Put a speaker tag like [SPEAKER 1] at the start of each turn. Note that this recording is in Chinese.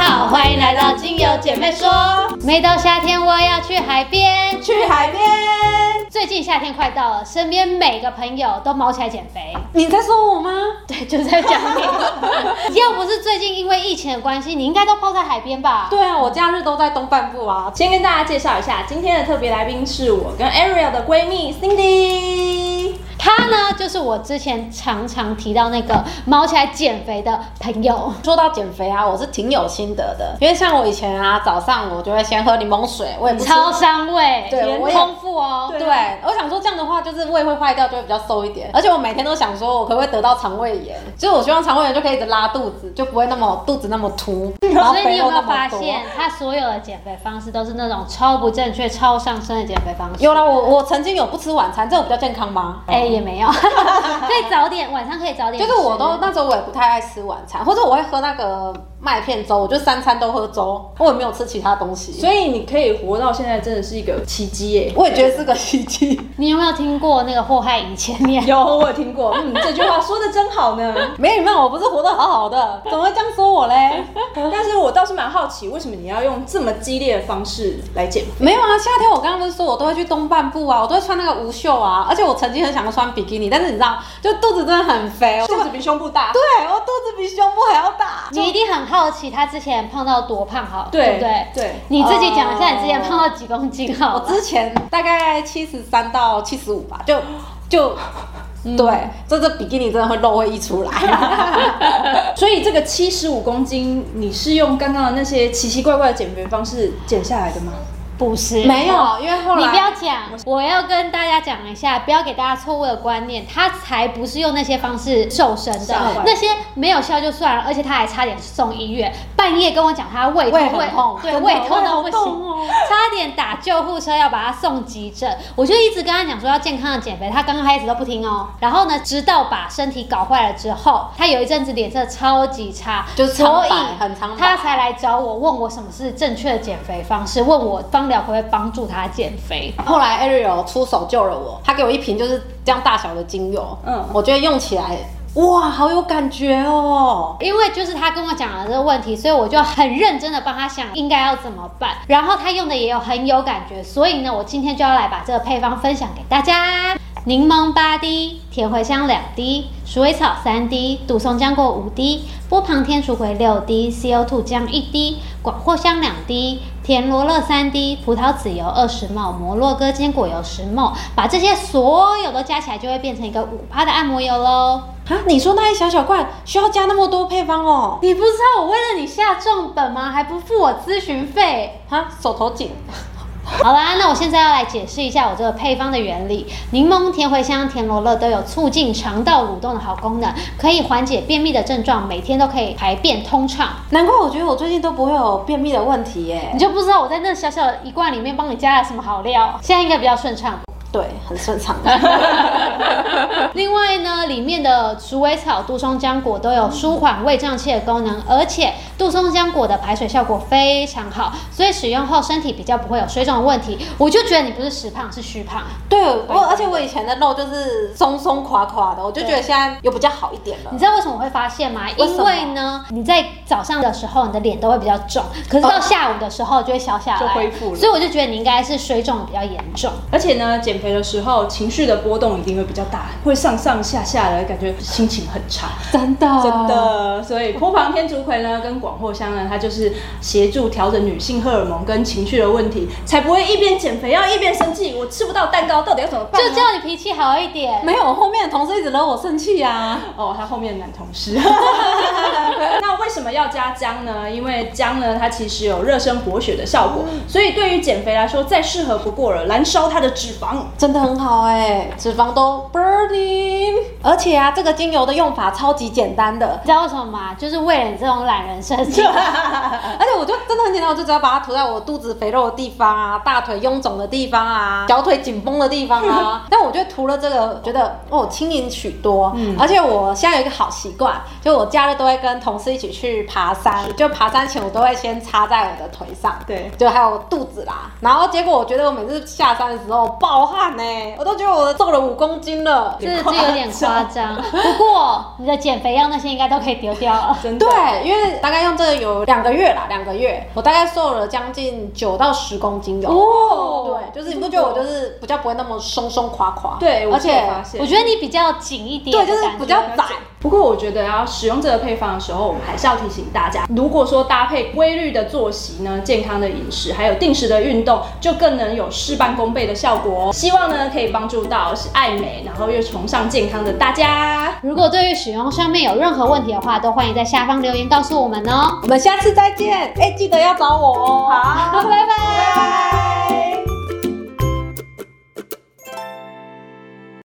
[SPEAKER 1] 来到精油姐妹说，每到夏天我要去海边。
[SPEAKER 2] 去海边。
[SPEAKER 1] 最近夏天快到了，身边每个朋友都毛起来减 肥。
[SPEAKER 2] 你在说我吗？
[SPEAKER 1] 对，就在讲你。要不是最近因为疫情的关系，你应该都泡在海边吧？
[SPEAKER 2] 对啊，我假日都在东半部啊。先跟大家介绍一下，今天的特别来宾是我跟 Ariel 的闺蜜 Cindy。
[SPEAKER 1] 她呢，就是我之前常常提到那个毛起来减肥的朋友。
[SPEAKER 3] 说到减肥啊，我是挺有心得的，因为像我以前啊，早上我就会先喝柠檬水，我也不吃
[SPEAKER 1] 超伤胃，
[SPEAKER 3] 对我也
[SPEAKER 1] 空腹哦。
[SPEAKER 2] 对
[SPEAKER 3] 对，我想说这样的话，就是胃会坏掉，就会比较瘦一点。而且我每天都想说，我可不可以得到肠胃炎？就是我希望肠胃炎就可以一直拉肚子，就不会那么肚子那么 凸，然后
[SPEAKER 1] 所以你
[SPEAKER 3] 肥
[SPEAKER 1] 有
[SPEAKER 3] 肉
[SPEAKER 1] 没有
[SPEAKER 3] 那
[SPEAKER 1] 发
[SPEAKER 3] 么多。
[SPEAKER 1] 现，她所有的减肥方式都是那种超不正确、超上升的减肥方式？
[SPEAKER 3] 有啦，我我曾经有不吃晚餐，这种比较健康吗？
[SPEAKER 1] 哎、也没有， 可以早点，晚上可以早点
[SPEAKER 3] 哦就
[SPEAKER 1] 吃。
[SPEAKER 3] 是我都那时候我也不太爱吃晚餐，或者我会喝那个麦片粥，我就三餐都喝粥，我也没有吃其他东西，所以
[SPEAKER 2] 所以你可以活到现在，真的是一个奇迹耶。
[SPEAKER 3] 我也觉得是个奇迹。
[SPEAKER 1] 你有没有听过那个祸害一千 年？
[SPEAKER 2] 有，我有听过。嗯，这句话说的真好 呢。
[SPEAKER 3] 没礼貌，我不是活得好好的，怎么会这样说我嘞？
[SPEAKER 2] 但是我倒是蛮好奇，为什么你要用这么激烈的方式来减肥？
[SPEAKER 3] 没有啊，夏天我刚刚不是说我都会去东半部啊，我都会穿那个无袖啊，而且我曾经很想要穿比基尼，但是你知道，就肚子真的很肥，我
[SPEAKER 2] 肚子比胸部大。
[SPEAKER 3] 对我肚子比胸部还要大。
[SPEAKER 1] 你一定很好奇她之前胖到多胖好，对
[SPEAKER 2] 对
[SPEAKER 1] 不对？
[SPEAKER 2] 对
[SPEAKER 1] 你自己讲一下
[SPEAKER 3] 哦
[SPEAKER 1] 你之前胖到几公斤好
[SPEAKER 3] 我
[SPEAKER 1] 了。
[SPEAKER 3] 之前大概七十三到七十五吧，就
[SPEAKER 2] 嗯
[SPEAKER 3] 就。
[SPEAKER 1] 嗯
[SPEAKER 3] 对，这这比基尼真的会肉会溢出来，
[SPEAKER 2] 所以这个七十五公斤，你是用刚刚的那些奇奇怪怪的减肥方式减下来的吗？
[SPEAKER 1] 不是，
[SPEAKER 3] 没有，因为后来
[SPEAKER 1] 你不要讲，我要跟大家讲一下，不要给大家错误的观念，他才不是用那些方式瘦身
[SPEAKER 2] 是
[SPEAKER 1] 的
[SPEAKER 2] 啊，
[SPEAKER 1] 那些没有效就算了，而且他还差点送医院，半夜跟我讲他胃
[SPEAKER 3] 胃
[SPEAKER 1] 痛，
[SPEAKER 3] 很痛
[SPEAKER 1] 对，
[SPEAKER 3] 真的
[SPEAKER 1] 胃痛到不
[SPEAKER 3] 胃
[SPEAKER 1] 行
[SPEAKER 3] 好痛哦，
[SPEAKER 1] 差点打救护车要把他送急诊，我就一直跟他讲说要健康的减肥，他刚开始都不听哦，然后呢，直到把身体搞坏了之后，他有一阵子脸色超级差，
[SPEAKER 3] 就是苍
[SPEAKER 1] 所
[SPEAKER 3] 白
[SPEAKER 1] 以
[SPEAKER 3] 很苍白
[SPEAKER 1] 他才来找我，问我什么是正确的减肥方式，问我芳疗可不可以帮助他减肥。
[SPEAKER 3] 后来 Ariel 出手救了我，他给我一瓶就是这样大小的精油，
[SPEAKER 2] 嗯
[SPEAKER 3] 嗯，我觉得用起来哇，好有感觉哦。
[SPEAKER 1] 因为就是他跟我讲了这个问题，所以我就很认真的帮他想应该要怎么办。然后他用的也有很有感觉，所以呢，我今天就要来把这个配方分享给大家：柠檬八滴，甜茴香两滴，鼠尾草三滴，杜松浆果五滴，波旁天竺葵六滴，CO2 姜一滴，广藿香两滴，甜罗勒三滴，葡萄籽油二十 ml，摩洛哥坚果油十 ml，把这些所有都加起来，就会变成一个五趴的按摩油喽。
[SPEAKER 3] 啊，你说那一小小罐需要加那么多配方哦？
[SPEAKER 1] 你不知道我为了你下重本吗？还不付我咨询费？
[SPEAKER 3] 啊，手头紧，
[SPEAKER 1] 好啦，那我现在要来解释一下我这个配方的原理。柠檬、甜茴香、甜罗勒都有促进肠道蠕动的好功能，可以缓解便秘的症状，每天都可以排便通畅。
[SPEAKER 3] 难怪我觉得我最近都不会有便秘的问题耶
[SPEAKER 1] 你。就不知道我在那小小的一罐里面帮你加了什么好料，现在应该比较顺畅。
[SPEAKER 3] 对，很顺 畅。
[SPEAKER 1] 另外呢，里面的鼠尾草、杜松浆果都有舒缓胃胀气的功能，而且杜松浆果的排水效果非常好，所以使用后身体比较不会有水肿的问题。我就觉得你不是实胖，是虚胖。
[SPEAKER 3] 对，我而且我以前的肉就是松松垮垮的，我就觉得现在有比较好一点了
[SPEAKER 1] 你。知道为什么会发现吗？
[SPEAKER 3] 为什
[SPEAKER 1] 因
[SPEAKER 3] 么
[SPEAKER 1] 为呢，你在早上的时候，你的脸都会比较肿，可是到下午的时候就会消下来，
[SPEAKER 2] 就恢复
[SPEAKER 3] 哦
[SPEAKER 2] 了
[SPEAKER 1] 所以我就觉得你应该是水肿比较严 重。
[SPEAKER 2] 而且呢，减肥的时候情绪的波动一定会比较大，会上上下下的感觉，心情很差。
[SPEAKER 3] 真的，
[SPEAKER 2] 真。的，所以波旁天竺葵呢，跟广藿香呢，它就是协助调整女性荷尔蒙跟情绪的问题，才不会一边减肥要一边生气。我吃不到蛋糕，到底要怎么办
[SPEAKER 3] 啊
[SPEAKER 2] 呢？
[SPEAKER 1] 就叫你脾气好一点。
[SPEAKER 3] 没有，我后面的同事一直惹我生气啊。
[SPEAKER 2] 哦，他后面的男同事。 那为什么要加姜呢？因为姜呢，它其实有热身活血的效果，所以对于减肥来说再适合不过了，燃烧它的脂肪。
[SPEAKER 3] 真的很好哎、脂肪都 burning。而且啊，这个精油的用法超级简单的，
[SPEAKER 1] 你知道为什么吗？就是为了你这种懒人生 气。
[SPEAKER 3] 而且我就真的很简单，我就只要把它涂在我肚子肥肉的地方啊，大腿臃肿的地方啊，小腿紧绷的地方 啊。但我就涂了这个，觉得哦轻盈许多。
[SPEAKER 2] 嗯
[SPEAKER 3] 而且我现在有一个好习惯，就我假日都会跟同事一起去爬山，就爬山前我都会先插在我的腿上。
[SPEAKER 2] 对
[SPEAKER 3] 就还有肚子啦，然后结果我觉得我每次下山的时候爆汗呢、我都觉得我瘦了五公斤了。
[SPEAKER 1] 这这有点夸张，不过你的减肥药那些应该都可以丢掉了。
[SPEAKER 2] 真的。
[SPEAKER 3] 对，因为大概用这个有两个月啦，两个月，我大概瘦了将近九到十公斤有。
[SPEAKER 2] 哦
[SPEAKER 3] 对，就是你不觉得我就是比较不会那么松松垮垮？
[SPEAKER 2] 对，
[SPEAKER 3] 而且
[SPEAKER 2] 我发现
[SPEAKER 1] 我觉得你比较紧一点，
[SPEAKER 3] 对，就是比较窄。
[SPEAKER 2] 不过我觉得要使用这个配方的时候，我们还是要提醒大家，如果说搭配规律的作息呢、健康的饮食，还有定时的运动，就更能有事半功倍的效果哦。希望呢可以帮助到是爱美，然后又崇尚健康的大家。
[SPEAKER 1] 如果对于使用上面有任何问题的话，都欢迎在下方留言告诉我们哦。
[SPEAKER 3] 我们下次再见，哎、记得要找我哦。好，
[SPEAKER 1] 好，拜拜。
[SPEAKER 3] 拜拜。